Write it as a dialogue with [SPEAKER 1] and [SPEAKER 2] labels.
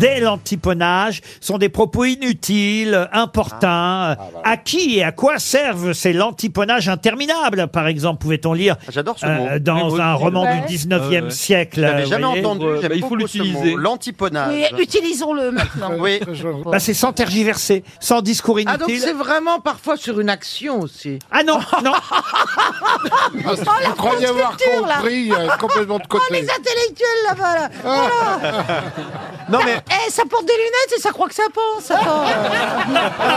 [SPEAKER 1] dès l'antiponnage sont des propos inutiles,
[SPEAKER 2] Ah,
[SPEAKER 1] importuns. À qui et à quoi servent ces lantiponnages interminables Par exemple, pouvait-on lire
[SPEAKER 2] J'adore ce
[SPEAKER 1] euh,
[SPEAKER 2] mot.
[SPEAKER 1] dans
[SPEAKER 2] Oui,
[SPEAKER 1] un
[SPEAKER 2] oui.
[SPEAKER 1] roman
[SPEAKER 3] Ouais.
[SPEAKER 1] du 19e
[SPEAKER 2] Ouais, ouais.
[SPEAKER 1] siècle. euh,
[SPEAKER 2] Je l'avais
[SPEAKER 1] vous
[SPEAKER 2] jamais
[SPEAKER 1] voyez.
[SPEAKER 2] entendu. j'aime
[SPEAKER 3] Bah, il faut
[SPEAKER 2] beaucoup ce
[SPEAKER 3] l'utiliser.
[SPEAKER 2] mot,
[SPEAKER 4] Oui,
[SPEAKER 2] L'antiponnage.
[SPEAKER 4] utilisons-le maintenant.
[SPEAKER 2] Ah,
[SPEAKER 4] Oh,
[SPEAKER 2] Oui.
[SPEAKER 1] Bah, c'est sans tergiverser, sans discours
[SPEAKER 5] Ah, donc
[SPEAKER 1] inutile.
[SPEAKER 5] c'est vraiment parfois sur une action aussi.
[SPEAKER 1] Ah non, non,
[SPEAKER 6] Vous croyez avoir
[SPEAKER 4] culture, là.
[SPEAKER 6] compris euh, complètement de
[SPEAKER 4] Oh, les
[SPEAKER 6] côté.
[SPEAKER 4] intellectuels là-bas là. Voilà.
[SPEAKER 2] Ah. Non mais
[SPEAKER 4] Eh, ça porte des lunettes et ça croit que ça pense. attends.